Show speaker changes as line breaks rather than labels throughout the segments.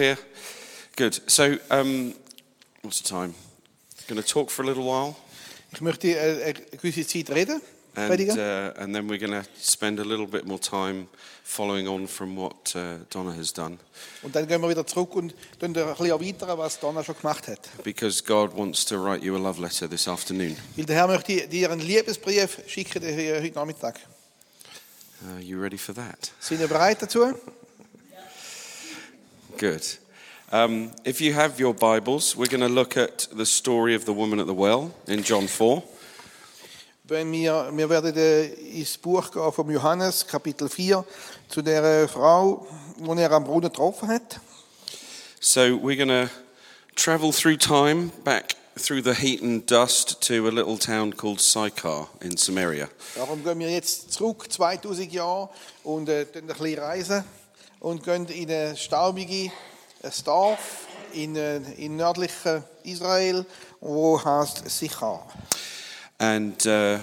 Here, good. So, um, what's the time? Going to talk for a little while,
Ich möchte äh, eine gewisse Zeit reden,
and
predigen.
uh, and then we're going to spend a little bit more time following on from what uh, Donna has done,
Und dann gehen wir wieder zurück und tun da ein bisschen erweitern, was Donna schon gemacht hat.
because God wants to write you a love letter this afternoon.
Weil der Herr möchte dir einen Liebesbrief schicken den wir heute Nachmittag.
Are you ready for that?
Sind ihr bereit dazu?
Good. Um, if you have your Bibles, we're going to look at the story of the woman at the well in John four.
Wenn wir, wir werden äh, ins Buch gehen von Johannes, Kapitel 4, zu der äh, Frau, die er am Brunnen getroffen hat.
So we're going to travel through time back through the heat and dust to a little town called Sychar in Samaria.
Darum gehen wir jetzt zurück 2000 Jahre und äh, tun ein bisschen reisen und gehen in ein staubiges Dorf in, äh, in nördlichen Israel, wo heißt Sichar.
And uh,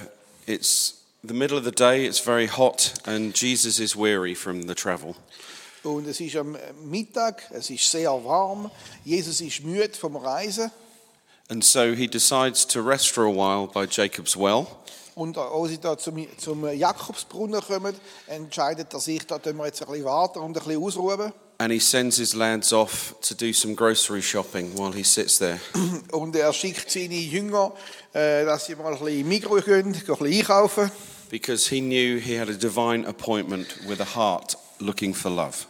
it's the middle of the day, it's very hot, and Jesus is weary from the travel.
Und es ist am Mittag, es ist sehr warm. Jesus ist müde vom Reisen
And so he decides to rest for a while by Jacob's well.
und als sie da zum, zum Jakobsbrunnen kommen, entscheidet er sich, da tun wir jetzt ein bisschen warten und ein bisschen ausruhen.
And he sends his lads off to do some grocery shopping while he sits there.
Und er schickt seine Jünger, äh, dass sie mal ein bisschen in Migros gehen, gehen ein bisschen einkaufen.
Because he knew he had a divine appointment with a heart looking for love.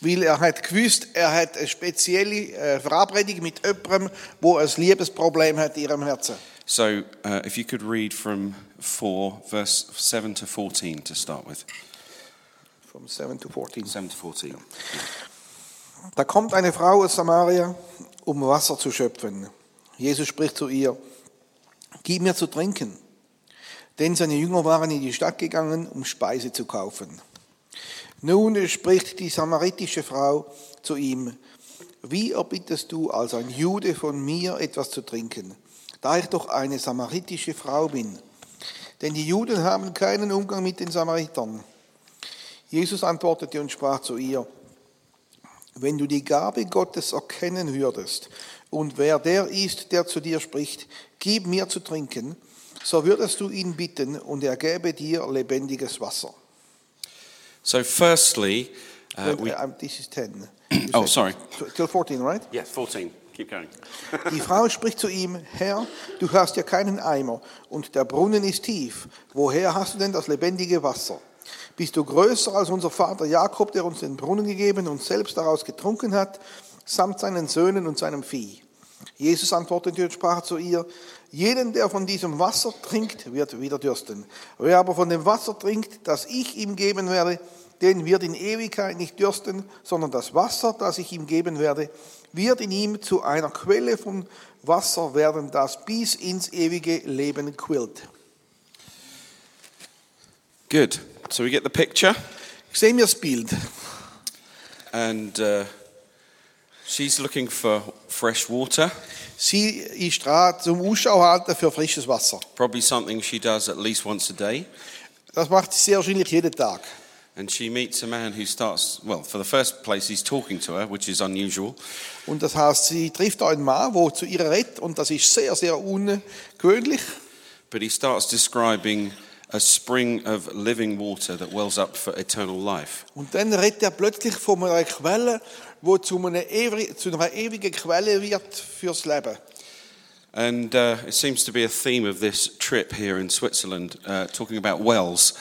Weil er hat gewusst, er hat eine spezielle äh, Verabredung mit jemandem, wo ein Liebesproblem hat in ihrem Herzen.
So, uh, if you could read from 4, verse 7 to 14 to start with.
From 7 to 14.
7 to 14.
Da kommt eine Frau aus Samaria, um Wasser zu schöpfen. Jesus spricht zu ihr, gib mir zu trinken. Denn seine Jünger waren in die Stadt gegangen, um Speise zu kaufen. Nun spricht die samaritische Frau zu ihm, wie erbittest du als ein Jude von mir etwas zu trinken, da ich doch eine samaritische Frau bin? Denn die Juden haben keinen Umgang mit den Samaritern. Jesus antwortete und sprach zu ihr, wenn du die Gabe Gottes erkennen würdest und wer der ist, der zu dir spricht, gib mir zu trinken, so würdest du ihn bitten und er gäbe dir lebendiges Wasser.
So, firstly, uh,
Und,
we.
ähm, this is 10.
Oh, sorry.
Till 14, right?
Yes, 14. Keep going.
Die Frau spricht zu ihm, Herr, du hast ja keinen Eimer und der Brunnen ist tief. Woher hast du denn das lebendige Wasser? Bist du größer als unser Vater Jakob, der uns den Brunnen gegeben und selbst daraus getrunken hat, samt seinen Söhnen und seinem Vieh? Jesus antwortete und sprach zu ihr, jeden, der von diesem Wasser trinkt, wird wieder dürsten. Wer aber von dem Wasser trinkt, das ich ihm geben werde, den wird in Ewigkeit nicht dürsten, sondern das Wasser, das ich ihm geben werde, wird in ihm zu einer Quelle von Wasser werden, das bis ins ewige Leben quillt.
Good. So, we get the picture,
Sehen wir das Bild.
and uh, she's looking for fresh water,
Sie ist dran zum Ausschau halten für frisches Wasser.
probably something she does at least once a day.
Das macht sie sehr wahrscheinlich jeden Tag.
And she meets a man who starts, well, for the first place, he's talking to her, which is unusual.
Und das heißt, sie trifft da einen Mann, der zu ihr redet, und das ist sehr, sehr ungewöhnlich.
But he starts describing a spring of living water that wells up for eternal life.
Und dann redet er plötzlich von einer Quelle, die zu einer, ewi- zu einer ewigen Quelle wird fürs Leben.
And uh, it seems to be a theme of this trip here in Switzerland, uh, talking about wells.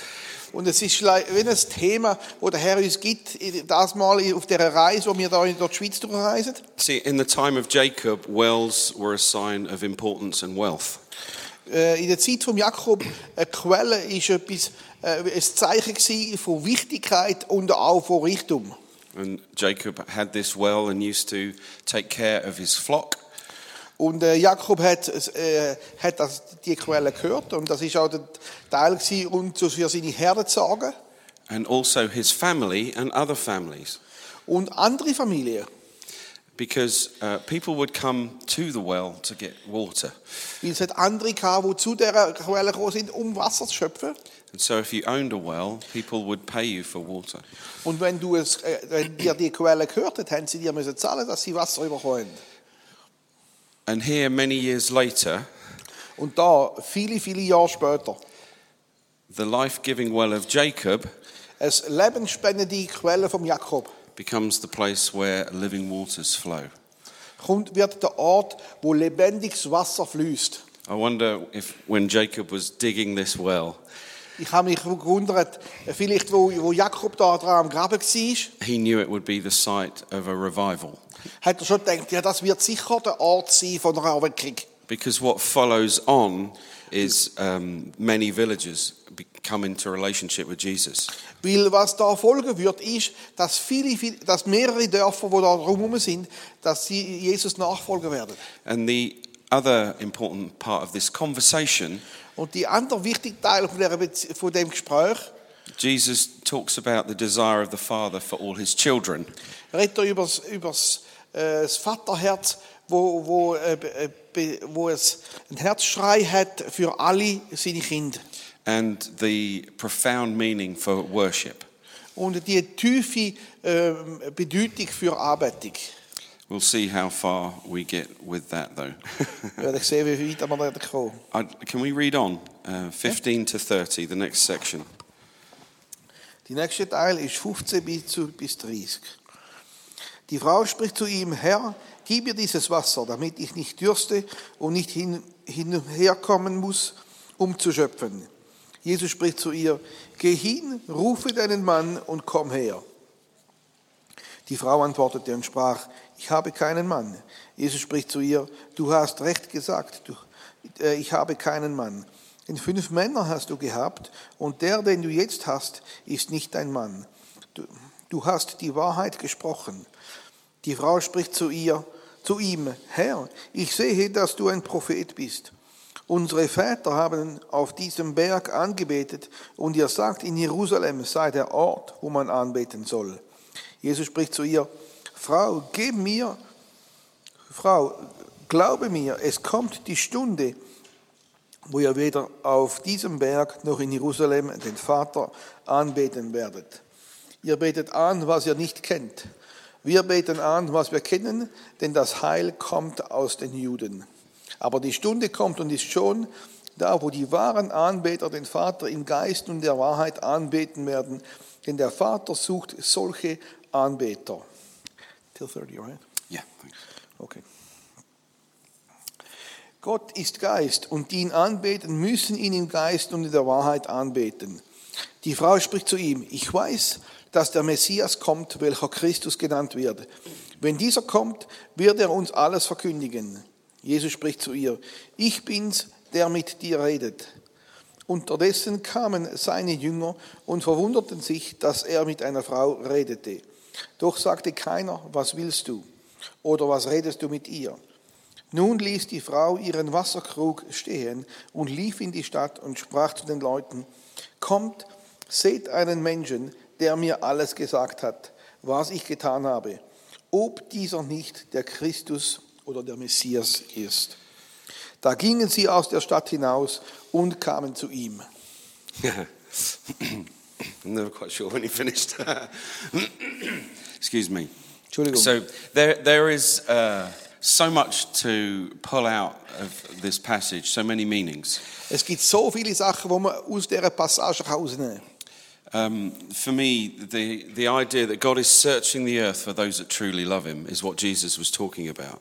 Und es ist lei- wie ein Thema, das der Herr uns gibt, in- das Mal auf dieser Reise, wo wir da in der Schweiz durchreisen.
See, in the time of Jacob, wells were a sign of importance and wealth.
Äh, In der Zeit von Jakob, eine Quelle ist etwas, äh, ein Zeichen gewesen von Wichtigkeit und auch von Richtung.
And Jacob had this well and used to take care of his flock.
Und äh, Jakob hat, es, äh, hat das, die Quelle gehört und das ist auch der Teil gewesen, um zu- für seine Herren zu sorgen
And also his family and other families.
und andere Familien.
because uh, people would come to the well to get water.
Weil es hat andere gehabt, die zu dieser Quelle gekommen sind, um Wasser zu schöpfen.
And so if you owned a well, people would pay you for water.
Und wenn, du es, äh, wenn dir die Quelle gehört hat, haben sie dir müssen zahlen, dass sie Wasser bekommen.
And here, many years later,
Und da, viele, viele Jahre später,
the life giving well of Jacob
es lebensspendende Quelle vom Jakob,
becomes the place where living waters flow.
kommt, wird der Ort, wo lebendiges Wasser fließt.
I wonder if when Jacob was digging this well,
Ich habe mich gewundert, vielleicht wo, wo Jakob da dran am Graben war,
he knew it would be the site of a revival.
hat er schon gedacht, ja, das wird sicher der Ort sein von einer Erweckung.
Because what follows on is um, many villagers be- come into relationship with Jesus.
Weil was da folgen wird, ist, dass, viele, viele, dass mehrere Dörfer, die da drumherum sind, dass sie Jesus nachfolgen werden.
And the other important part of this conversation,
Und die andere wichtige Teil von, der, Bezie- von dem Gespräch,
Jesus talks about the desire of the Father for all his children.
redet er über das, äh, das Vaterherz, wo, wo, äh, be- äh, be- wo es einen Herzschrei hat für alle seine Kinder.
and the profound meaning for worship.
Und die tiefe ähm, Bedeutung für Anbetung.
We'll see how far we get with that, though.
Wir werden sehen, wie weit wir da kommen.
I, can we read on? Uh, 15 to 30, the next section.
Die nächste Teil ist 15 bis, zu, bis 30. Die Frau spricht zu ihm, Herr, gib mir dieses Wasser, damit ich nicht dürste und nicht hin, hin und her kommen muss, um zu schöpfen. Jesus spricht zu ihr, geh hin, rufe deinen Mann und komm her. Die Frau antwortete und sprach, ich habe keinen Mann. Jesus spricht zu ihr, du hast recht gesagt, du, äh, ich habe keinen Mann. Denn fünf Männer hast du gehabt und der, den du jetzt hast, ist nicht dein Mann. Du, du hast die Wahrheit gesprochen. Die Frau spricht zu ihr, zu ihm, Herr, ich sehe, dass du ein Prophet bist. Unsere Väter haben auf diesem Berg angebetet und ihr sagt, in Jerusalem sei der Ort, wo man anbeten soll. Jesus spricht zu ihr, Frau, gib mir, Frau, glaube mir, es kommt die Stunde, wo ihr weder auf diesem Berg noch in Jerusalem den Vater anbeten werdet. Ihr betet an, was ihr nicht kennt. Wir beten an, was wir kennen, denn das Heil kommt aus den Juden. Aber die Stunde kommt und ist schon da, wo die wahren Anbeter den Vater im Geist und der Wahrheit anbeten werden, denn der Vater sucht solche Anbeter. Till 30, right?
Yeah, thanks.
Okay. Gott ist Geist und die ihn anbeten, müssen ihn im Geist und in der Wahrheit anbeten. Die Frau spricht zu ihm, ich weiß, dass der Messias kommt, welcher Christus genannt wird. Wenn dieser kommt, wird er uns alles verkündigen. Jesus spricht zu ihr, ich bin's, der mit dir redet. Unterdessen kamen seine Jünger und verwunderten sich, dass er mit einer Frau redete. Doch sagte keiner, was willst du? Oder was redest du mit ihr? Nun ließ die Frau ihren Wasserkrug stehen und lief in die Stadt und sprach zu den Leuten, Kommt, seht einen Menschen, der mir alles gesagt hat, was ich getan habe, ob dieser nicht der Christus oder der Messias ist. Da gingen sie aus der Stadt hinaus und kamen zu ihm.
I'm never quite sure when he finished. Excuse me.
Entschuldigung.
So there, there is uh, so much to pull out of this passage, so many meanings.
Es gibt so viele Sachen, die man aus dieser Passage herausnehmen kann.
Um, for me, the, the idea that God is searching the earth for those that truly love him is what Jesus was talking about.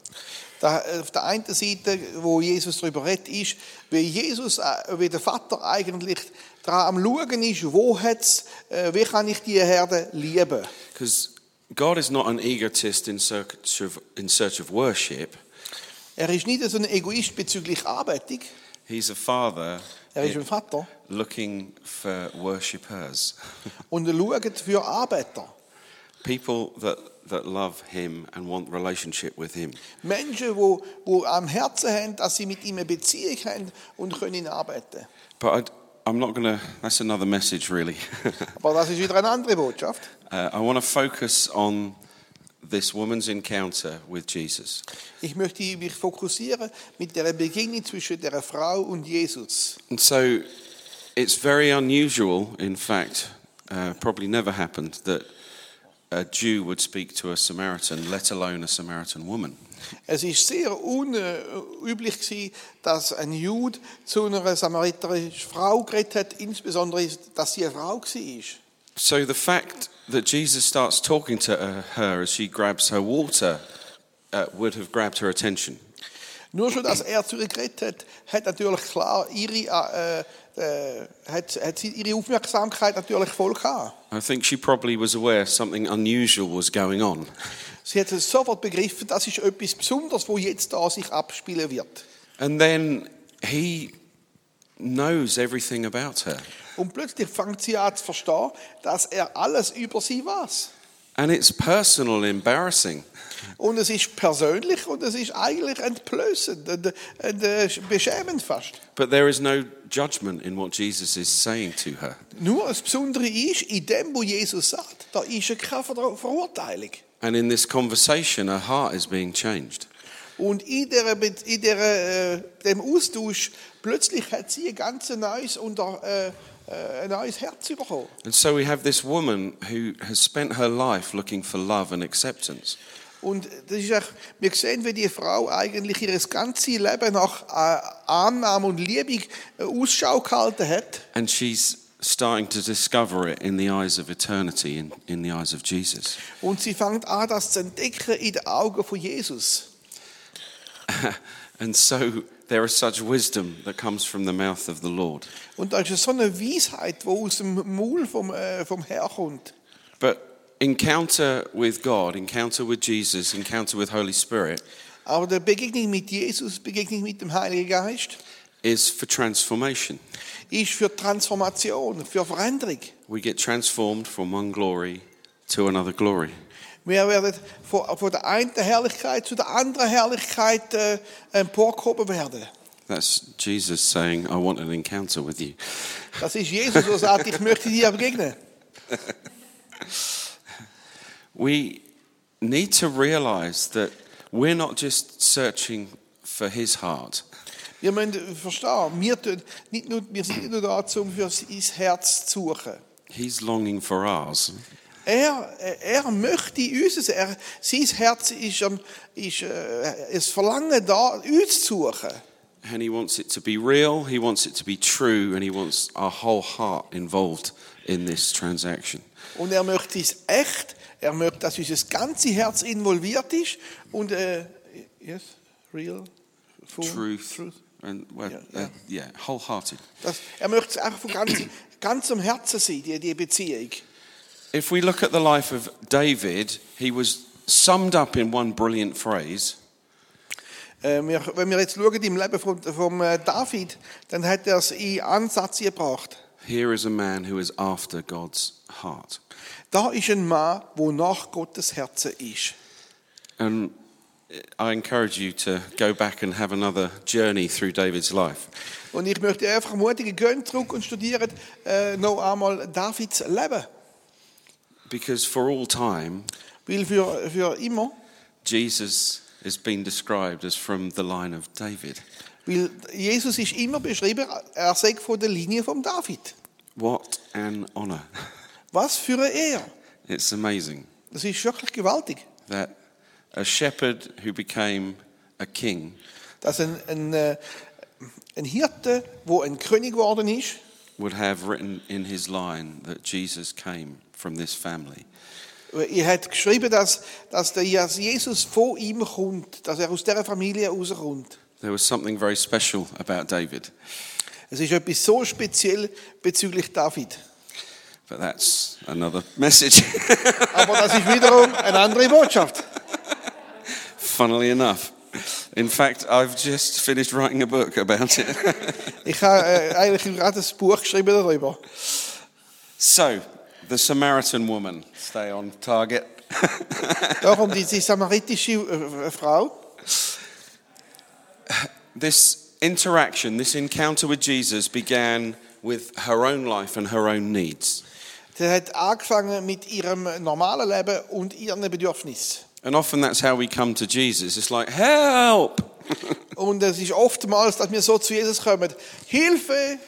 Da, äh, auf der einen Seite, wo Jesus darüber redet, ist, wie Jesus, äh, wie der Vater eigentlich daran am Schauen ist, wo hat's, äh, wie kann ich die Herde lieben?
Because God is not an egotist in search of, in search of worship.
Er ist nicht so ein Egoist bezüglich Anbetung.
He's a father
Er ist ein Vater
looking for worshippers,
und er schaut für Arbeiter.
people that, that love him and want relationship with him.
Menschen, wo, wo am Herzen haben, dass sie mit ihm eine Beziehung haben und können ihn arbeiten.
But I'd, I'm not going to, that's another message really.
Aber das ist wieder eine andere Botschaft.
uh, I want to focus on this woman's encounter with Jesus.
Ich möchte mich fokussieren mit der Begegnung zwischen der Frau und Jesus.
And so it's very unusual, in fact, uh, probably never happened, that a Jew would speak to a Samaritan, let alone a Samaritan woman.
Es ist sehr unüblich gewesen, dass ein Jude zu einer samariterischen Frau geredet hat, insbesondere dass sie eine Frau war.
So the fact that Jesus starts talking to uh, her as she grabs her water uh, would have grabbed her attention.
Nur schon, dass er zu ihr geredet hat, hat natürlich klar ihre, äh, äh, hat, hat sie ihre Aufmerksamkeit natürlich voll gehabt.
I think she probably was aware something unusual was going on.
Sie hat es sofort begriffen, das ist etwas Besonderes, wo jetzt da sich abspielen wird.
And then he knows everything about her.
Und plötzlich fängt sie an zu verstehen, dass er alles über sie weiß.
And it's personal, embarrassing.
Und es ist persönlich und es ist eigentlich entblößend und, und äh, beschämend fast.
But there is no judgment in what Jesus is saying to her.
Nur das Besondere ist, in dem, wo Jesus sagt, da ist ja keine Ver Verurteilung.
And in this conversation, her heart is being changed.
Und in, der, Be- in der, äh, dem Austausch plötzlich hat sie ein ganz neues, und, äh, äh, ein neues Herz bekommen.
And so we have this woman who has spent her life looking for love and acceptance.
Und das ist auch, wir sehen, wie die Frau eigentlich ihr ganzes Leben nach äh, Annahme und Liebe äh, Ausschau gehalten hat.
And she's starting to discover it in the eyes of eternity, in, in the eyes of Jesus.
Und sie fängt an, das zu entdecken in den Augen von Jesus.
And so there is such wisdom that comes from the mouth of the Lord.
Und da ist so eine Weisheit, die aus dem Maul vom, äh, vom Herr kommt.
But encounter with God, encounter with Jesus, encounter with Holy Spirit
Aber die Begegnung mit Jesus, die Begegnung mit dem Heiligen Geist,
is for transformation.
ist für Transformation, für Veränderung.
We get transformed from one glory to another glory.
Wir werden von, von der einen Herrlichkeit zu der anderen Herrlichkeit äh, emporgehoben werden.
That's Jesus saying, I want an encounter with you.
Das ist Jesus, der sagt, ich möchte dir begegnen.
We need to realize that we're not just searching for his heart,
Wir müssen verstehen, wir, tun nicht nur, wir sind nicht nur da, um für sein Herz zu suchen.
he's longing for ours.
Er, er möchte uns, er, sein Herz ist, am- ist äh, das Verlangen da, uns zu suchen.
And he wants it to be real, he wants it to be true, and he wants our whole heart involved in this transaction.
Und er möchte es echt, er möchte, dass unser ganzes Herz involviert ist und, äh, yes, real, full,
Truth. And, well,
Yeah,
yeah, Uh, yeah, wholehearted.
Das, er möchte es einfach von ganzem, ganzem Herzen sein, die, die Beziehung.
If we look at the life of David, he was summed up in one brilliant phrase.
Äh, wir, wenn wir jetzt schauen im Leben von, von äh, David, dann hat er es in Ansatz gebracht.
Here is a man who is after God's heart.
Da ist ein Mann, wo nach Gottes Herzen ist.
And uh, I encourage you to go back and have another journey through David's life.
Und ich möchte einfach ermutigen, geht zurück und studiert äh, noch einmal Davids Leben.
Because for all time,
Weil für, für immer,
Jesus has been described as from the line of David.
weil Jesus ist immer beschrieben, er sei von der Linie von David.
What an honor.
Was für eine Ehre.
It's amazing
Das ist wirklich gewaltig.
that a shepherd who became a king
Dass ein, ein, äh, ein Hirte, wo ein König geworden ist,
would have written in his line that Jesus came from this family.
äh, Er hat geschrieben, dass, dass der dass Jesus von ihm kommt, dass er aus dieser Familie rauskommt.
There was something very special about David,
Es ist etwas so speziell bezüglich David.
but that's another message.
Aber das ist wiederum eine andere Botschaft.
Funnily enough. In fact, I've just finished writing a book about it.
Ich habe äh, eigentlich gerade ein Buch geschrieben darüber.
so, the Samaritan woman, stay on target.
Darum diese samaritische äh, Frau.
This interaction, this encounter with Jesus began with her own life and her own needs.
Sie hat angefangen mit ihrem normalen Leben und ihren Bedürfnissen.
And often that's how we come to Jesus. It's like, help!
Und es ist oftmals, dass wir so zu Jesus kommen. Hilfe!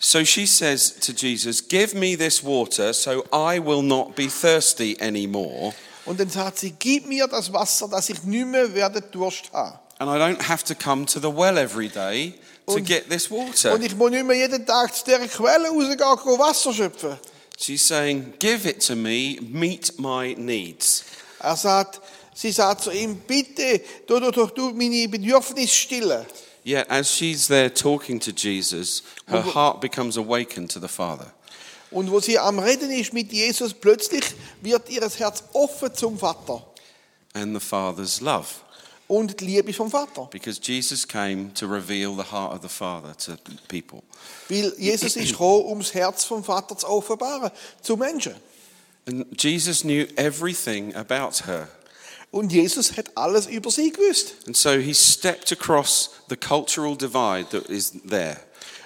So she says to Jesus, Give me this water so I will not be thirsty anymore
Und dann sagt sie, gib mir das Wasser, dass ich nicht mehr werde Durst haben.
and I don't have to come to the well every day to
Und-
get this water.
Und ich muss nicht mehr jeden Tag zu dieser Quelle rausgehen und Wasser schöpfen.
She's saying, Give it to me, meet my needs.
Er sagt, sie sagt zu ihm, bitte, du, du, du, du meine Bedürfnisse stillen.
Yet as she's there talking to Jesus, her heart becomes awakened to the Father.
Und wo sie am Reden ist mit Jesus, plötzlich wird ihr Herz offen zum Vater
and the Father's love,
und die Liebe vom Vater.
because Jesus came to reveal the heart of the Father to people.
Weil Jesus ist gekommen, um das Herz vom Vater zu offenbaren, zu Menschen.
And Jesus knew everything about her.
Und Jesus hat alles über sie gewusst.
And so he stepped across the cultural divide that is there.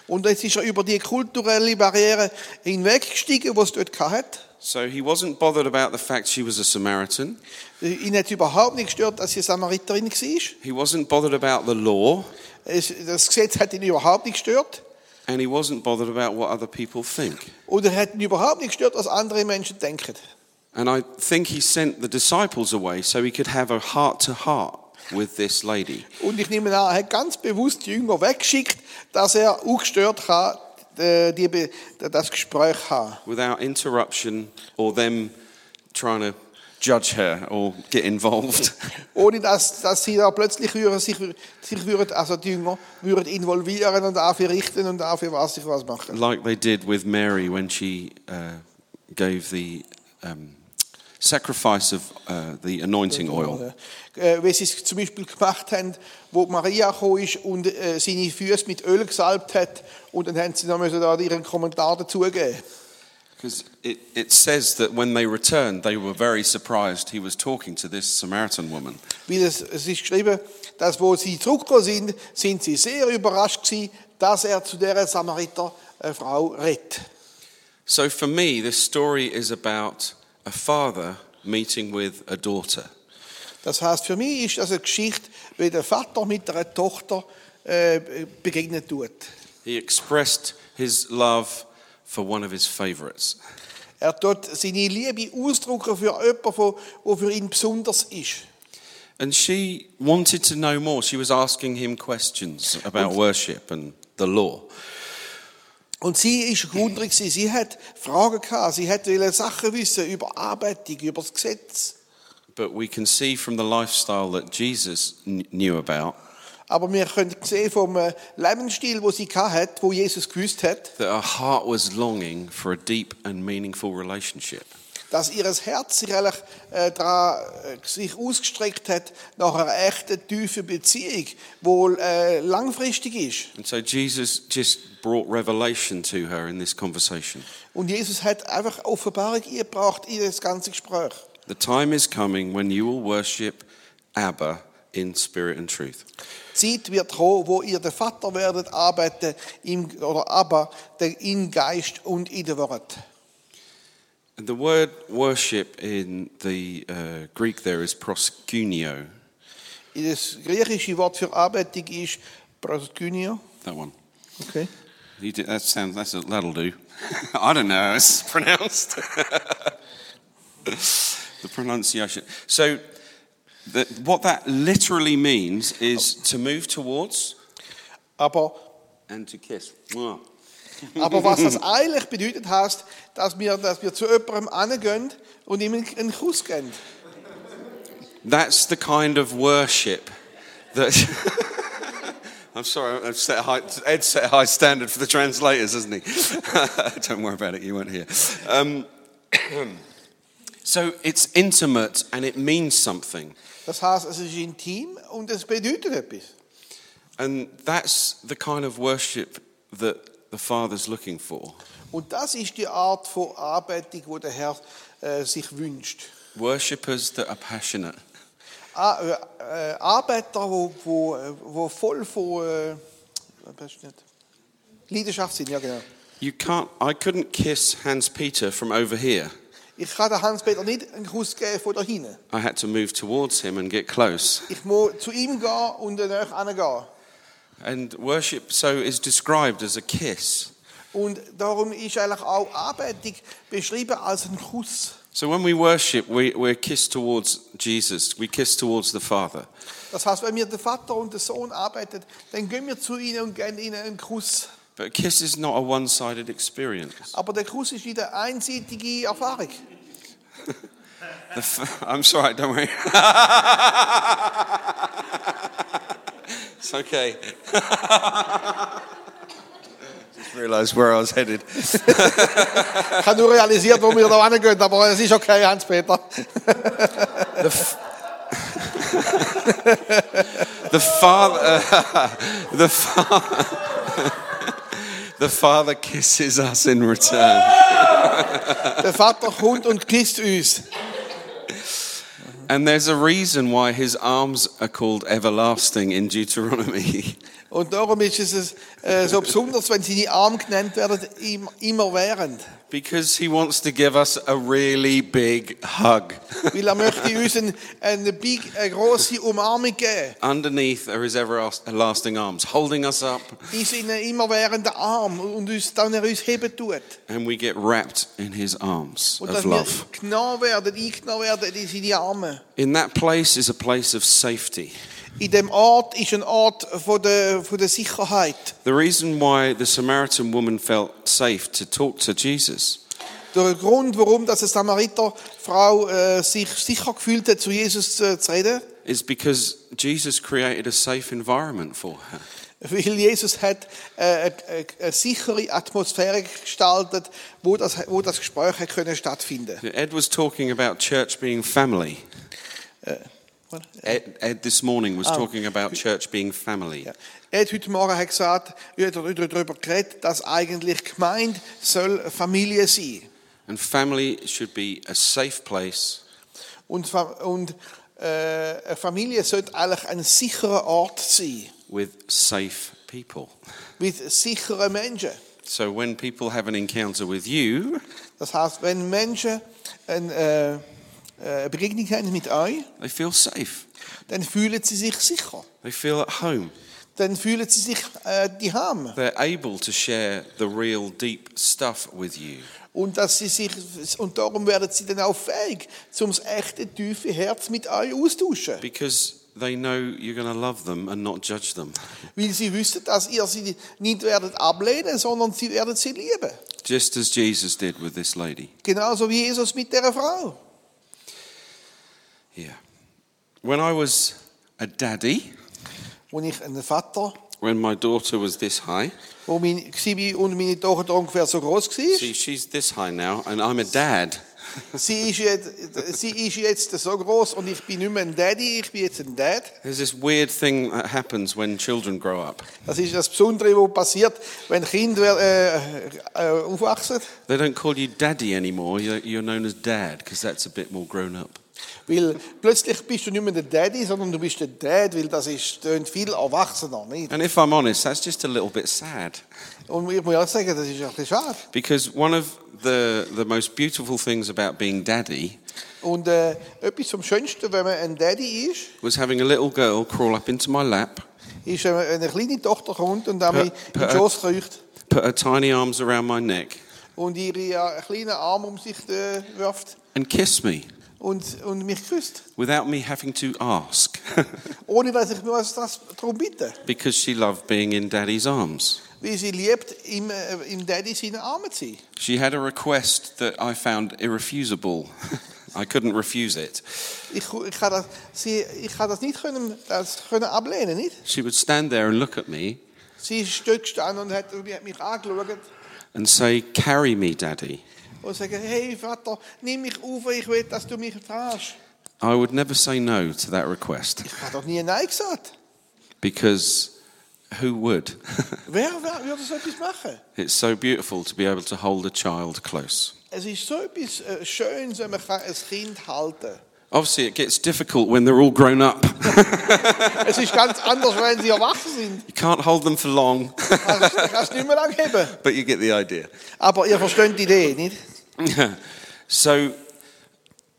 Und jetzt ist er über die kulturelle Barriere hinweggestiegen, die es dort hatte.
So he wasn't bothered about the fact she was a Samaritan.
Ihn hat überhaupt nicht gestört, dass sie Samariterin war.
He wasn't bothered about the law.
Es- Das Gesetz hat ihn überhaupt nicht gestört.
And he wasn't bothered about what other people think.
Und er hat ihn überhaupt nicht gestört, was andere Menschen denken.
And I think he sent the disciples away so he could have a heart to heart with this lady.
Und ich nehme an, er hat ganz bewusst die Jünger weggeschickt, dass er ungestört kann, äh, die, Be- das Gespräch haben
without interruption or them trying to judge her or get involved.
Ohne dass, dass sie da plötzlich würden, sich, sich würden, also die Jünger würden involvieren und dafür richten und dafür was ich was machen.
like they did with Mary when she uh, gave the um, sacrifice of uh, the anointing oil.
Äh, Wie sie es zum Beispiel gemacht haben, wo Maria gekommen ist und äh, seine Füße mit Öl gesalbt hat und dann haben sie noch müssen da ihren Kommentar dazugeben.
Because it, it says that when they returned, they were very surprised he was talking to this Samaritan woman.
Weil es, es ist geschrieben, dass wo sie zurückgekommen sind, sind sie sehr überrascht gewesen, dass er zu dieser Samariter äh, Frau redet.
So for me, this story is about a father meeting with a daughter.
Das heißt, für mich ist das eine Geschichte, wie der Vater mit einer Tochter äh, begegnet tut.
He expressed his love for one of his favorites.
Er tut seine Liebe ausdrücken für jemanden, der für ihn besonders ist.
And she wanted to know more. She was asking him questions about worship and the law.
Und sie ist wunderig, gewesen. sie hat Fragen gehabt, sie hat wollte Sachen wissen über Anbetung, über das Gesetz.
But we can see from the lifestyle that Jesus kn- knew about
Aber wir können sehen vom äh, Lebensstil, wo sie gehabt hat, wo Jesus gewusst hat,
that her heart was longing for a deep and meaningful relationship.
dass ihr Herz sich eigentlich äh, dran, äh, sich ausgestreckt hat nach einer echten tiefen Beziehung, wo äh, langfristig ist.
And so Jesus just brought revelation to her in this conversation.
Und Jesus hat einfach Offenbarung eingebracht in das ganze Gespräch.
The time is coming when you will worship Abba in spirit and truth.
Die Zeit wird kommen, wo ihr den Vater werdet arbeiten im, oder aber den- im Geist und in der Wort.
And the word worship in the uh, Greek there is proskuneo,
Das griechische Wort für Anbetung ist proskynio.
that one.
Okay.
You do, that sounds that's a, that'll do. I don't know how it's pronounced. the pronunciation. So, the, what that literally means is to move towards
Aber,
and to kiss. Mwah.
aber was das eigentlich bedeutet, heißt, dass wir, dass wir zu jemandem angehen und ihm einen einen Kuss geben.
That's the kind of worship that. I'm sorry, I've set a high, Ed set a high standard for the translators, hasn't he? Don't worry about it, you weren't here. Um, so it's intimate and it means something.
Das heißt, es ist intim und es bedeutet etwas.
And that's the kind of worship that the Father's looking for
Und das ist die Art von Anbetung, die der Herr äh, sich wünscht.
worshippers that are passionate,
Ah, äh, äh, Arbeiter, wo, wo, äh, wo voll von äh, was ist nicht? Leidenschaft sind, ja genau.
You can't, I couldn't kiss Hans Peter from over here.
Ich kann den Hans-Peter nicht einen Kuss geben von da hinten.
I had to move towards him and get close.
Ich muss zu ihm gehen und dann näher hingehen.
And worship, so, is described as a kiss.
Und darum ist eigentlich auch Anbetung beschrieben als ein Kuss.
So when we worship, we, we're kissed towards Jesus, we kiss towards the Father.
Das heißt, wenn wir den Vater und den Sohn arbeiten, dann gehen wir zu ihnen und geben ihnen einen Kuss.
But a kiss is not a one sided experience.
Aber der Kuss ist wieder einseitige Erfahrung.
The f- I'm sorry, don't worry. it's okay. Just realised where I was headed.
Ich habe nur realisiert, wo wir da hingehen, aber es ist okay, Hans-Peter.
The Father, the Father, the Father kisses us in return,
Der Vater kommt und küsst uns.
and there's a reason why His arms are called everlasting in Deuteronomy.
Und darum ist es äh, so besonders, wenn seine Arme genannt werden, im- immer während.
Because he wants to give us a really big hug.
Weil er möchte uns ein- eine, big, eine grosse Umarmung geben.
Underneath are his everlasting arms, holding us up,
In seinen immerwährenden Arm und uns, dann er uns heben tut.
and we get wrapped in his arms
Und
of
dass wir
love.
genommen werden, eingenommen werden in seine Arme.
In that place is a place of safety.
In dem Ort ist ein Ort von der, von der Sicherheit.
The reason why the Samaritan woman felt safe to talk to Jesus
Der Grund, warum dass eine Samariterfrau äh, sich sicher gefühlt hat, zu Jesus zu, zu reden,
is because Jesus created a safe environment for her.
weil Jesus hat äh, eine, eine, eine sichere Atmosphäre gestaltet, wo das, wo das Gespräch hat können stattfinden.
Ed was talking about church being family. Ed, Ed this morning was talking about church being family.
Ja. Er hat heute Morgen hat gesagt, er hat darüber geredet, dass eigentlich Gemeinde soll Familie sein
And family should be a safe place
und Fa- und äh, eine Familie sollte eigentlich ein sicherer Ort sein
with safe people.
mit sicheren Menschen.
So when people have an encounter with you,
Das heißt, wenn Menschen eine, äh, äh, eine Begegnung haben mit euch,
they feel safe.
dann fühlen sie sich sicher.
They feel at home.
Dann fühlen sie sich äh, die Ham
They're able to share the real deep stuff with you.
und dass sie sich und darum werden sie dann auch fähig, zum echte tiefe Herz mit euch austauschen,
Because they know you're going to love them and not judge them.
weil sie wissen, dass ihr sie nicht werdet ablehnen, sondern sie werden sie lieben.
Just as Jesus did with this lady.
Genauso wie Jesus mit der Frau.
Yeah. When I was a daddy,
Als ich einen Vater,
when my daughter was this high,
wo mein war und meine Tochter ungefähr so groß war,
see, she's this high now, and I'm a dad.
Sie ist, jetzt, sie ist jetzt so groß und ich bin nicht mehr ein Daddy, ich bin jetzt ein Dad.
There's this weird thing that happens when children grow up.
Das ist das Besondere, was passiert, wenn Kinder äh, äh, aufwachsen.
They don't call you daddy anymore. You're, you're known as dad because that's a bit more grown up.
Weil plötzlich bist du nicht mehr der Daddy, sondern du bist der Dad, weil das ist tönt viel erwachsener. Nicht?
And if I'm honest, that's just a little bit sad
Und ich muss auch sagen, das ist ein bisschen schade.
because one of the, the most beautiful things about being daddy
Und äh, etwas vom Schönsten, wenn man ein Daddy ist,
was having a little girl crawl up into my lap,
ist, wenn man eine kleine Tochter kommt und dann mich in den Schoß kriecht
put her tiny arms around my neck,
und ihre äh, kleinen Arme um sich äh, wirft
and kiss me
und, und mich küsst.
without me having to ask
Ohne dass ich mir das darum bitte.
because she loved being in daddy's arms.
wie sie liebt, im, äh, im Daddy seinen Armen zu sein.
She had a request that I found irrefusable. I couldn't refuse it.
Ich, ich, kann das, sie, ich kann das nicht können, das können ablehnen, nicht?
She would stand there and look at me
Sie ist stück gestanden und hat, hat mich angeschaut
and say, Carry me, daddy.
und sagt, hey Vater, nimm mich auf, ich will, dass du mich tragst.
I would never say no to that request
Ich habe doch nie Nein gesagt.
because who would?
Wer, wer würde so etwas machen?
it's so beautiful to be able to hold a child close.
Es ist so etwas äh, Schönes, wenn man kann ein Kind halten
Obviously, it gets difficult when they're all grown up.
kann. Es ist ganz anders, wenn sie erwachsen sind.
You can't hold them for long,
Kannst- kannst nicht mehr lange heben.
but you get the idea.
Aber ihr versteht die Idee, nicht?
so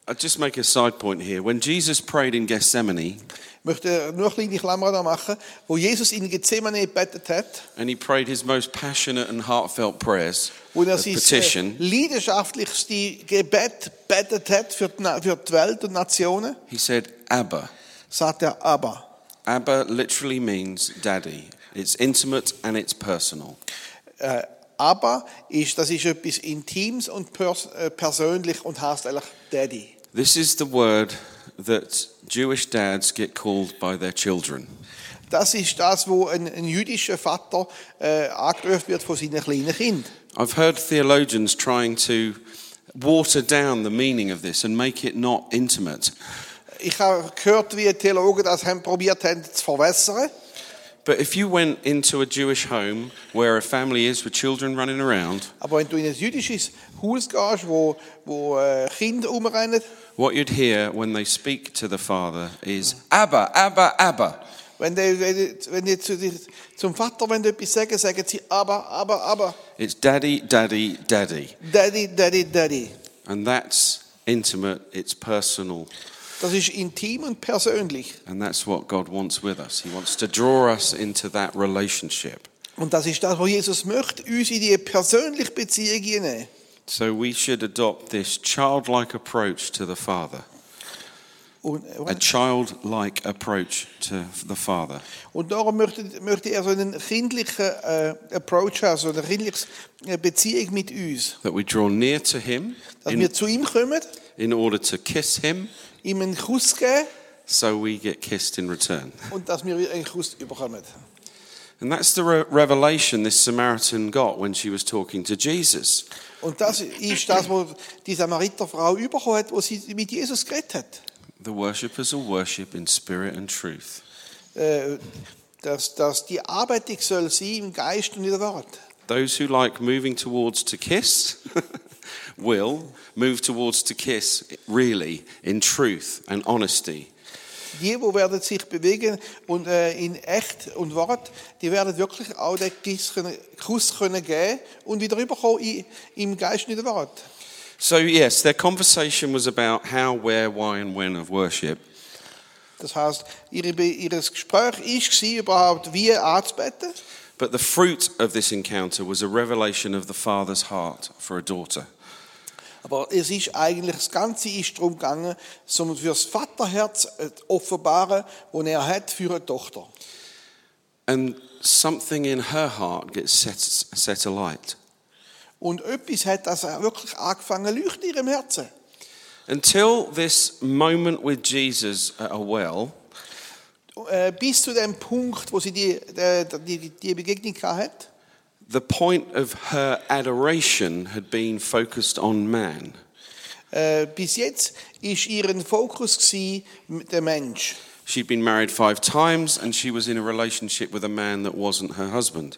I'll just make a side point here. When Jesus prayed in Gethsemane
Ich möchte nur eine kleine Klammer da machen. Wo Jesus in Gethsemane gebetet hat,
and he prayed his most passionate and heartfelt prayers,
wo er
of
sein
petition,
äh, leidenschaftlichste Gebet gebetet hat für die, Na- für die Welt und Nationen,
he said, Abba.
sagt er aber.
Abba literally means daddy. It's intimate and it's personal.
Äh, aber ist, das ist etwas Intimes und pers äh, persönlich und heißt eigentlich Daddy.
This is the word that Jewish dads get called by their children.
Das ist das, wo ein, ein jüdischer Vater äh, angerufen wird von seinen kleinen Kindern.
I've heard theologians trying to water down the meaning of this and make it not intimate.
Ich habe gehört, wie Theologen das haben probiert haben zu verwässern.
But if you went into a Jewish home where a family is with children running around,
Aber wenn du in ein jüdisches Haus gehst, wo, wo äh, Kinder umrennen,
what you'd hear when they speak to the father is Abba, Abba, Abba.
wenn die, wenn die, wenn die zu, dir- zum Vater wenn die etwas sagen, sagen sie aber, aber, aber,
It's daddy, daddy, daddy.
Daddy, Daddy, Daddy.
And that's intimate, it's personal,
Das ist intim und persönlich.
and that's what God wants with us. He wants to draw us into that relationship.
Und das ist das, was Jesus möchte, uns in die persönliche Beziehung hinein.
So we should adopt this childlike approach to the father.
Und,
a childlike approach to the Father.
und darum möchte, möchte er so einen kindlichen äh, Approach haben, so eine kindliche äh, Beziehung mit uns.
That we draw near to Him
Dass
in,
wir zu ihm kommen,
in order to kiss Him,
ihm einen Kuss geben
so we get kissed in return.
und dass wir einen Kuss bekommen.
And that's the re- revelation this Samaritan got when she was talking to Jesus.
Und das ist das, was die Samariterfrau bekommen hat, wo sie mit Jesus geredet hat.
The worshippers will worship in spirit and truth.
Äh, Dass, dass die Arbeitung soll sein im Geist und in der Wort.
Those who like moving towards to kiss will move towards to kiss really in truth and honesty.
Die, die werden sich bewegen und äh, in echt und Wort, die werden wirklich auch den Kuss können, Kuss können geben und wieder rüberkommen in, im Geist und in der Wort.
So, yes, their conversation was about how, where, why, and when of worship.
Das heißt, ihre, Be- ihr Gespräch ist war überhaupt wie anzubeten.
But the fruit of this encounter was a revelation of the father's heart for a daughter.
Aber es ist eigentlich, das Ganze ist darum gegangen, um für das Vaterherz zu offenbaren, das er hat für eine Tochter.
And something in her heart gets set, set alight.
Und etwas hat das auch wirklich angefangen zu leuchten in ihrem Herzen.
Until this moment with Jesus at a well,
Äh, Bis zu dem Punkt, wo sie die, die, die, die Begegnung hatte.
the point of her adoration had been focused on man.
Äh, Bis jetzt ist ihren Fokus gsi der Mensch.
She'd been married five times and she was in a relationship with a man that wasn't her husband.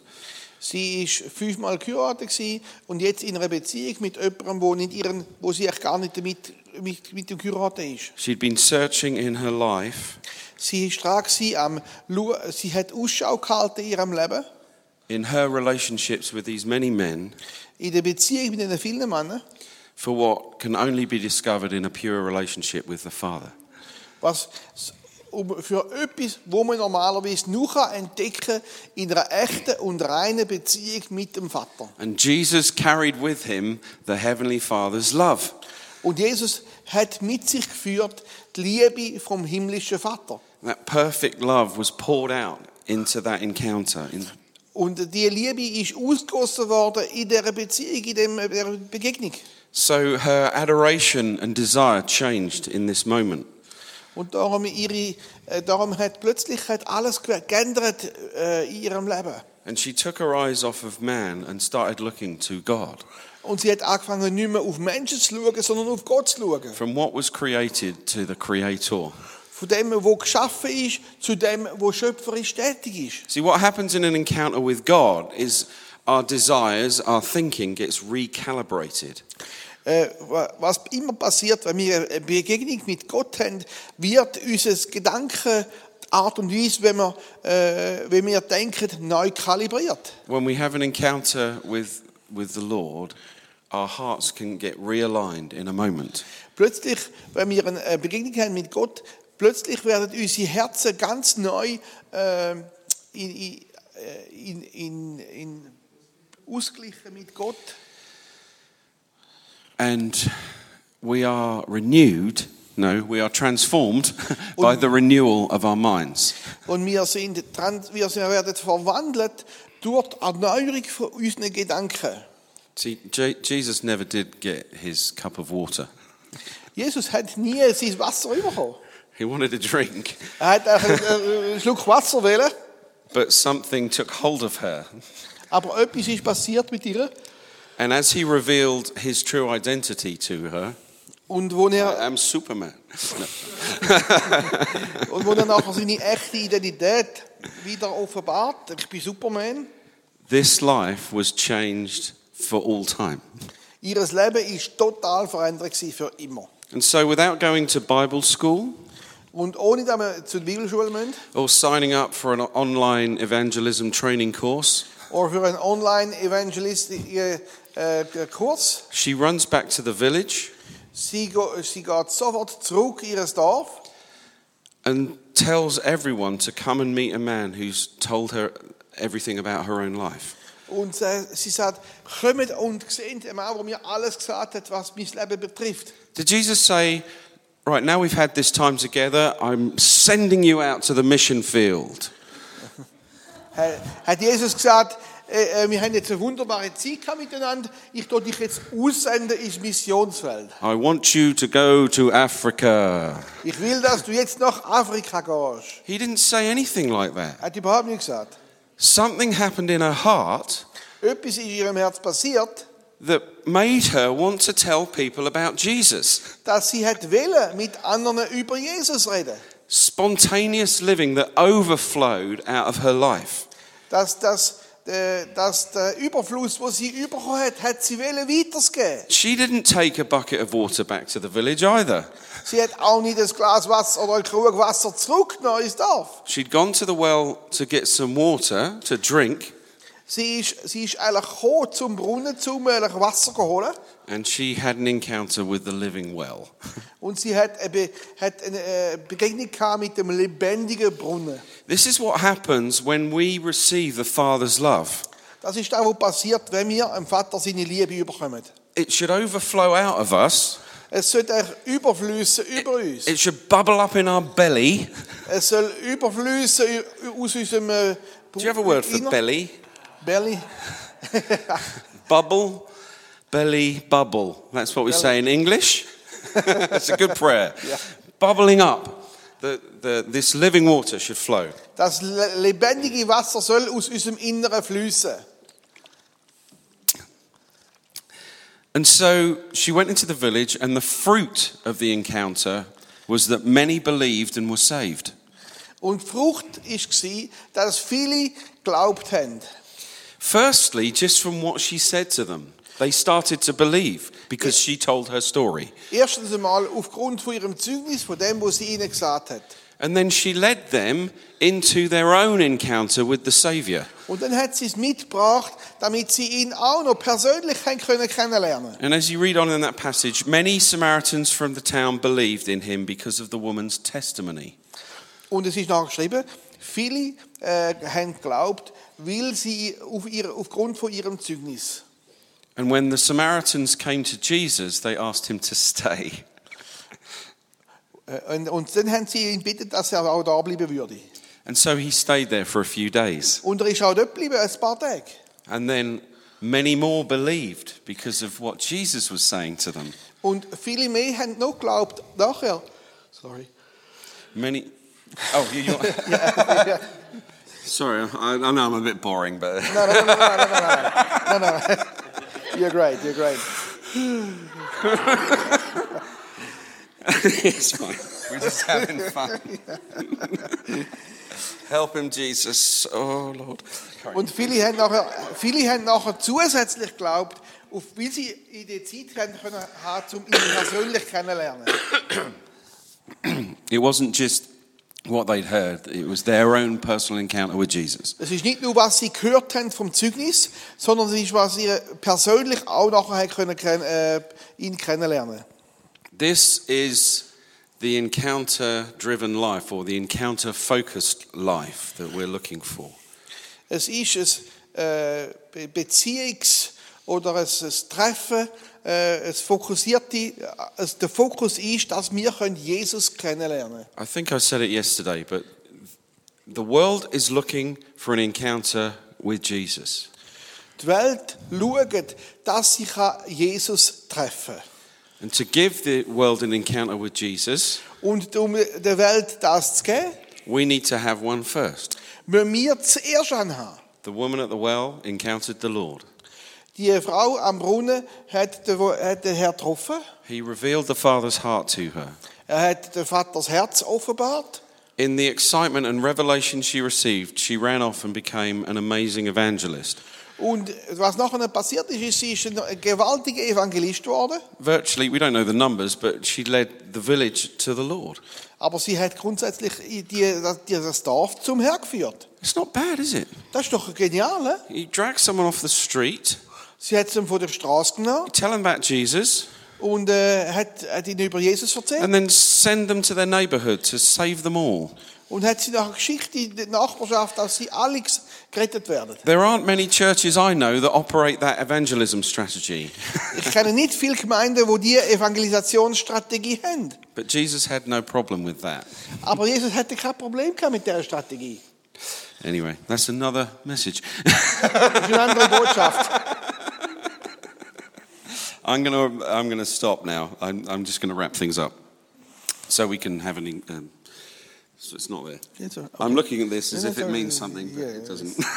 Sie ist fünfmal geheiratet gsi und jetzt in einer Beziehung mit jemandem, wo, nicht ihren, wo sie eigentlich gar nicht damit, mit, mit dem geheiratet ist.
She'd been searching in her life,
Sie ist dran gsi am Lu- sie hat Ausschau gehalten in ihrem Leben,
in her relationships with these many men,
in der Beziehung mit den vielen Männern,
for what can only be discovered in a pure relationship with the Father.
was s- um, für etwas, wo man normalerweise nur kann entdecken in einer echten und reinen Beziehung mit dem Vater.
And Jesus carried with him the Heavenly Father's love.
Und Jesus hat mit sich geführt die Liebe vom himmlischen Vater.
That perfect love was poured out into that encounter. In-
Und die Liebe ist ausgegossen worden in dieser Beziehung, in dem- in dieser Begegnung.
So her adoration and desire changed in this moment.
Und darum, ihre, äh, darum hat plötzlich hat alles ge- geändert äh, in ihrem Leben.
And she took her eyes off of man and started looking to God.
Und sie hat angefangen, nicht mehr auf Menschen zu schauen, sondern auf Gott zu schauen.
From what was created to the Creator.
Von dem, wo geschaffen ist, zu dem, wo schöpferisch tätig ist.
See, what happens in an encounter with God is our desires, our thinking gets recalibrated.
Äh, wa- was immer passiert, wenn wir eine Begegnung mit Gott haben, wird unser Gedanken, die Art und Weise, wenn wir, äh, wenn wir denken, neu kalibriert.
When we have an encounter with, with the Lord, our hearts can get realigned in a moment.
Plötzlich, wenn wir eine Begegnung haben mit Gott, plötzlich werden unsere Herzen ganz neu äh, in, in, äh, in, in, in Ausgleichen mit Gott.
And we are renewed, no, we are transformed by the renewal of our minds.
Und wir, sind, tran- wir sind- werden verwandelt durch die Erneuerung von unseren Gedanken.
See, J- Jesus never did get his cup of water.
Jesus hat nie sein Wasser bekommen.
He wanted a drink,
Er hat auch einen, äh, einen Schluck Wasser wählen,
but something took hold of her.
aber etwas ist passiert mit ihr.
And as he revealed his true identity to her,
Und wo er,
I'm Superman. No.
und wo er nachher seine echte Identität wieder offenbart, ich bin Superman,
This life was changed for all time.
ihr Leben ist total verändert gewesen für immer.
And so, without going to Bible school
Und ohne dass wir zur Bibelschule müssen
or signing up for an online evangelism training course,
oder für einen Online-Evangelistischen äh, äh, Kurs,
she runs back to the village
Sie, go- sie geht sofort zurück in ihr Dorf
and tells everyone to come and meet a man who's told her everything about her own life.
und äh, sie sagt, kommt und seht den Mann, der mir alles gesagt hat, was mein Leben betrifft.
Did Jesus say, Right now we've had this time together, I'm sending you out to the mission field?
Äh, Hat Jesus gesagt, äh, äh, wir haben jetzt eine wunderbare Zeit gehabt miteinander, ich tue dich jetzt aussenden ins Missionsfeld.
I want you to go to Africa.
Ich will, dass du jetzt nach Afrika gehst.
He didn't say anything like that.
Hat überhaupt nicht gesagt.
Something happened in her heart
Etwas ist in ihrem Herz passiert,
that made her want to tell people about Jesus.
dass sie hat wollen, mit anderen über Jesus reden.
Spontaneous living that overflowed out of her life.
dass, dass, äh, dass der Überfluss, wo sie überkommen hat, hat sie wollen weitergeben.
She didn't take a bucket of water back to the village either.
Sie hat auch nicht das Glas Wasser oder einen Krug Wasser zurückgenommen ins Dorf.
She'd gone to the well to get some water to drink,
Sie ist, sie ist eigentlich gekommen zum Brunnen, zum äh, Wasser zu holen.
and she had an encounter with the living well.
Und sie hat eine, Be- hat eine äh, Begegnung gehabt mit dem lebendigen Brunnen.
This is what happens when we receive the Father's love.
Das ist das, was passiert, wenn wir dem Vater seine Liebe überkommen.
It should overflow out of us,
Es sollte eigentlich überflüssen über uns.
it should bubble up in our belly.
Es soll überflüssen ü- aus unserem äh,
Do you have a word for
Inner-
belly?
Belly.
Bubble, belly, bubble. That's what we say in English. That's a good prayer.
Yeah.
Bubbling up. The, the, this living water should flow.
Das le- lebendige Wasser soll aus unserem Inneren fließen.
And so she went into the village, and the fruit of the encounter was that many believed and were saved.
Und die Frucht war, dass viele geglaubt haben.
Firstly, just from what she said to them, they started to believe because she told her story.
Erstens einmal aufgrund von ihrem Zeugnis, von dem, was sie ihnen gesagt hat.
And then she led them into their own encounter with the Saviour.
Und dann hat sie es mitgebracht, damit sie ihn auch noch persönlich haben können kennenlernen
And as you read on in that passage, many Samaritans from the town believed in him because of the woman's testimony.
Und es ist nachgeschrieben, viele äh, haben geglaubt, weil sie auf ihr, aufgrund von ihrem Zeugnis.
And when the Samaritans came to Jesus, they asked him to stay.
Äh, Und, und dann haben sie ihn gebeten, dass er auch da bleiben würde.
And so he stayed there for a few days.
Und er ist auch dort geblieben, ein paar Tage.
And then many more believed because of what Jesus was saying to them.
Und viele mehr haben noch geglaubt nachher. Sorry.
Many. Oh, you, you're.
nein,
Sorry, I, I know I'm a bit boring, but.
nein, nein, nein, nein, nein, nein, nein, nein. You're great, you're great.
it's fine. We're just having fun. Help him, Jesus. Oh, Lord.
Und viele haben nachher, viele haben nachher zusätzlich geglaubt, auf wie sie in der Zeit haben können, haben, um ihn persönlich kennenlernen.
It wasn't just what they'd heard. It was their own personal encounter with Jesus.
Es ist nicht nur, was sie gehört haben vom Zeugnis, sondern es ist, was sie persönlich auch nachher haben können, ken- äh, ihn kennenlernen
This is the encounter driven life or the encounter focused life that we're looking for.
Es ist ein äh, Be- Beziehungs- oder ein, ein Treffen, äh, ein fokussierte, äh, es- der Fokus ist, dass wir können Jesus kennenlernen
I think I said it yesterday, but the world is looking for an encounter with Jesus.
Die Welt schaut, dass sie kann Jesus treffen kann.
And to give the world an encounter with Jesus,
Und um der Welt das zu geben,
we need to have one first.
müssen wir zuerst anhaben.
The woman at the well encountered the Lord.
Die Frau am Brunnen hat den, hat den Herr getroffen.
He revealed the Father's heart to her.
Er hat den Vaters Herz offenbart.
In the excitement and revelation she received, she ran off and became an amazing evangelist.
Und was nachher passiert ist, ist, sie ist ein gewaltiger Evangelist geworden.
Virtually, we don't know the numbers, but she led the village to the Lord.
Aber sie hat grundsätzlich die, die, das Dorf zum Herr geführt.
It's not bad, is it?
Das ist doch genial. He?
You drag someone off the street,
Sie hat es ihm von der Straße genommen
you tell them about Jesus,
und äh, hat, hat ihn über Jesus erzählt.
and then send them to their neighborhood to save them all.
Und hat sie nachher geschickt in die Nachbarschaft, dass sie alle ges- gerettet werden.
There aren't many churches I know that operate that evangelism strategy,
Ich kenne nicht viele Gemeinden, die diese Evangelisationsstrategie haben.
but Jesus had no problem with that.
Aber Jesus hatte kein Problem gehabt mit dieser Strategie.
Anyway, that's another message.
Das ist eine andere Botschaft.
I'm going to I'm gonna stop now. I'm, I'm just going to wrap things up so we can have an. Um, so it's not there.
It's all right.
I'm looking at this
No,
as
no,
if it
sorry.
means something, but
Yeah,
it doesn't.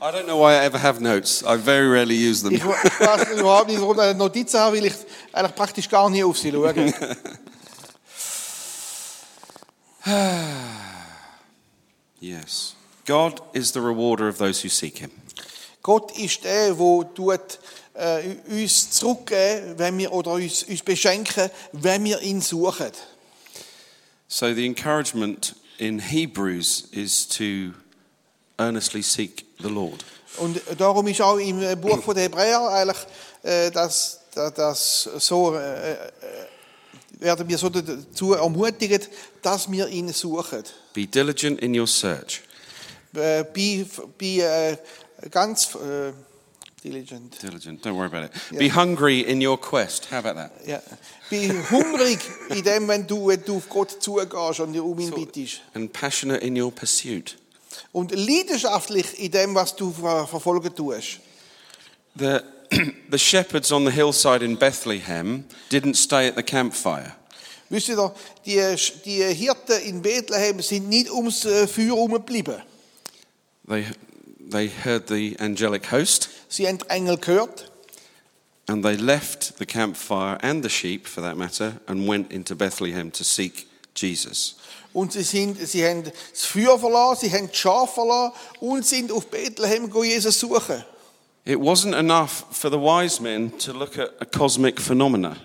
I don't know why I ever have notes. I very rarely use them.
Ich weiß überhaupt nicht, warum ich eine Notiz habe, weil ich eigentlich praktisch gar nie auf sie schaue.
Yes. God is the rewarder of those who seek him.
Gott ist der, der tut, äh, uns zurückgeben wenn wir, oder uns, uns beschenken, wenn wir ihn suchen.
So the encouragement in Hebrews is to earnestly seek the Lord.
Und darum ist auch im äh, Buch von der Hebräer eigentlich, äh, dass dass- dass so äh, äh, werden wir so dazu ermutigt, dass wir ihn suchen.
Be diligent in your search.
Äh, Be, be äh, ganz äh, diligent.
Diligent, don't worry about it. Be hungry in your quest. How about that?
Ja. Be hungrig in dem, wenn du, wenn du auf Gott zugehst und um ihn bittest.
And passionate in your pursuit.
Und leidenschaftlich in dem, was du ver- verfolgen tust.
The, the shepherds on the hillside in Bethlehem didn't stay at the campfire.
Wisst ihr, die, die Hirten in Bethlehem sind nicht ums äh, Feuer herumgeblieben.
They, they heard the angelic host
Sie haben die Engel gehört
and they left the campfire and the sheep, for that matter, and went into Bethlehem to seek Jesus.
und sie, sind, sie haben das Feuer verlassen, sie haben die Schafe verlassen und sind auf Bethlehem go Jesus suchen.
It wasn't enough for the wise men to look at a cosmic phenomena.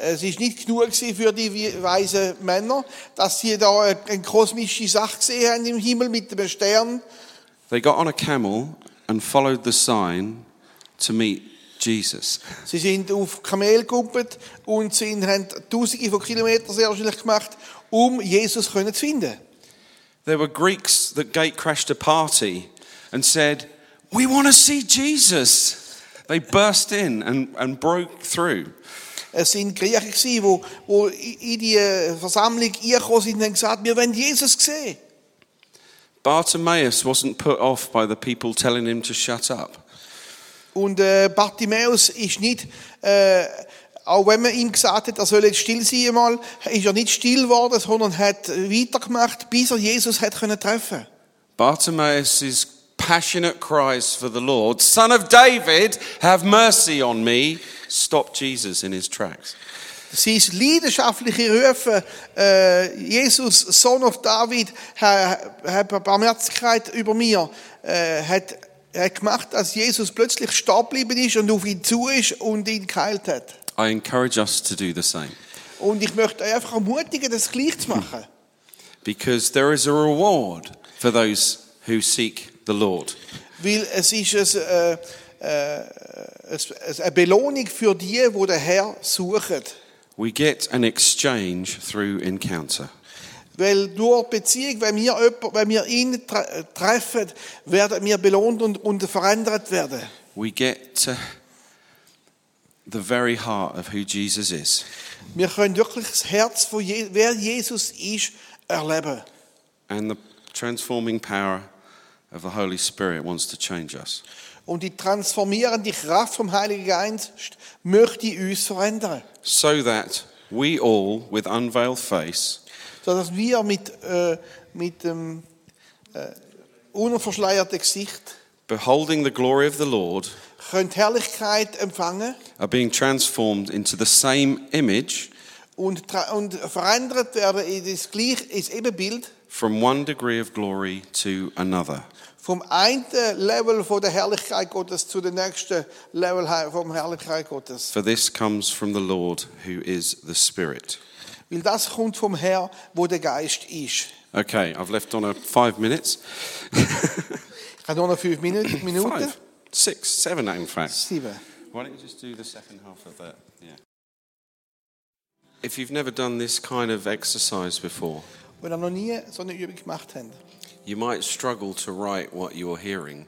Es ist nicht genug gewesen für die wie- weisen Männer, dass sie da eine eine kosmische Sache gesehen haben im Himmel mit dem Stern.
They got on a camel and followed the sign to meet Jesus.
Sie sind auf Kamel gegumpelt und sind, haben Tausende von Kilometern sehr wahrscheinlich gemacht, um Jesus können zu finden.
There were Greeks that gate crashed a party and said, We want to see Jesus. They burst in and, and broke through.
Es sind Griechen gsi, wo, wo in die Versammlung eingekommen sind und haben gesagt, wir wollen Jesus sehen.
Bartimaeus wasn't put off by the people telling him to shut up.
Und äh, Bartimäus ist nicht, äh, auch wenn man ihm gesagt hat, er soll jetzt still sein mal, ist er nicht still geworden, sondern hat weitergemacht, bis er Jesus hat können treffen.
Bartimaeus' passionate cries for the Lord, Son of David, have mercy on me, stopped Jesus in his tracks.
Sein leidenschaftliche Rufe, äh, Jesus, Sohn of David, hat Barmherzigkeit über mir, äh, hat, hat gemacht, dass Jesus plötzlich stehen geblieben ist und auf ihn zu ist und ihn geheilt hat.
I encourage us to do the same.
Und ich möchte euch einfach ermutigen, das gleich zu machen.
because there is a reward for those who seek the Lord.
Weil es ist ein, äh, äh, es- es- eine Belohnung für die, die den Herr suchen.
We get an exchange through encounter.
Weil durch die Beziehung, wenn wir, jemand, wenn wir ihn tre treffen, werden wir belohnt und, und verändert werden.
We get to the very heart of who Jesus is.
Wir können wirklich das Herz von Je wer Jesus ist, erleben.
And the transforming power of the Holy Spirit wants to change us.
Und die transformierende Kraft vom Heiligen Geist möchte uns verändern.
So that we all, with unveiled face,
Sodass wir mit, äh, mit dem äh, unverschleierten Gesicht
beholding the glory of the Lord,
können die Herrlichkeit empfangen
are being transformed into the same image
und, tra- und verändert werden in das gleiche, ins Ebenbild
from one degree of glory to another.
vom einen Level von der Herrlichkeit Gottes zu dem nächsten Level he- vom Herrlichkeit Gottes.
For this comes from the Lord who is the Spirit.
Weil das kommt vom Herr, wo der Geist ist.
Okay, I've left on a five minutes.
Ich habe nur noch fünf Minuten. Minuten.
Five, six, seven, in fact.
Sieben.
Why don't you just do the second half of that? Yeah. If you've never done this kind of exercise before,
Wenn ihr noch nie so eine Übung gemacht habt,
you might struggle to write what you're hearing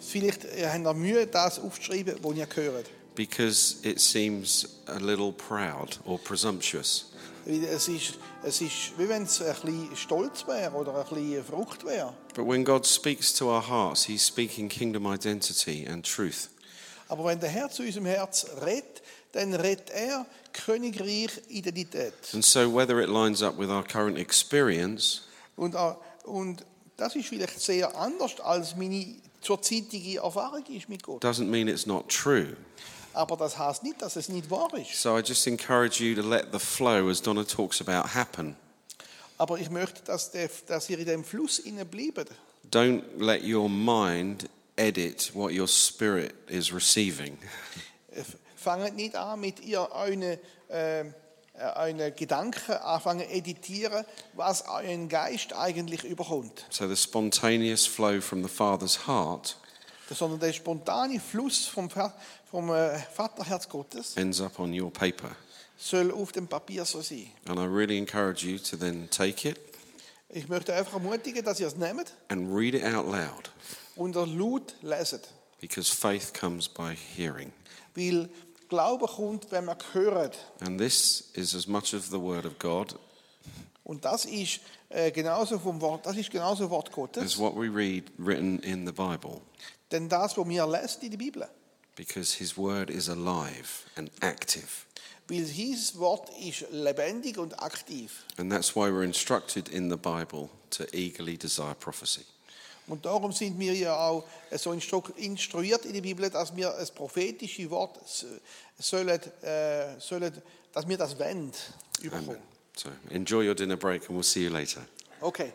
vielleicht äh, habt ihr Mühe, das aufzuschreiben, was ihr hört.
because it seems a little proud or presumptuous.
Weil es ist, es ist wie wenn es ein bisschen stolz wäre oder ein bisschen verrückt wäre.
But when God speaks to our hearts, He's speaking kingdom identity and truth.
Aber wenn der Herr zu unserem Herz redet, dann redet er Königreich Identität.
And so, whether it lines up with our current experience
Und, auch- und das ist vielleicht sehr anders, als meine zurzeitige Erfahrung ist mit Gott.
doesn't mean it's not true.
Aber das heißt nicht, dass es nicht wahr ist.
So, I just encourage you to let the flow, as Donna talks about, happen.
Aber ich möchte, dass, der, dass ihr in dem Fluss innen bleibt.
Don't let your mind edit what your spirit is receiving.
Fangt Äh, nicht an, mit ihr euren ähm, äh, euren Gedanken anfangen editieren, was euren Geist eigentlich überkommt.
So the spontaneous flow from the Father's heart
Sondern der spontane Fluss vom, Ver- vom äh, Vaterherz Gottes
ends up on your paper.
soll auf dem Papier so sein.
And I really encourage you to then take it
Ich möchte einfach ermutigen, dass ihr es nehmt
and read it out loud
und ihr laut leset.
because faith comes by hearing.
Weil Glaube kommt, wenn man hört.
And this is as much of the Word of God
Und das ist äh, genauso vom Wort, das ist genauso Wort
as
Gottes,
what we read written in the Bible
denn das, was wir lesen in der Bibel.
because His Word is alive and active.
Weil dieses Wort ist lebendig und aktiv.
And that's why we're instructed in the Bible to eagerly desire prophecy.
Und darum sind wir ja auch äh, so instru- instruiert in der Bibel, dass wir das prophetische Wort s- sollen, äh, sollen dass wir das wenden.
Amen. So enjoy your dinner break and we'll see you later.
Okay.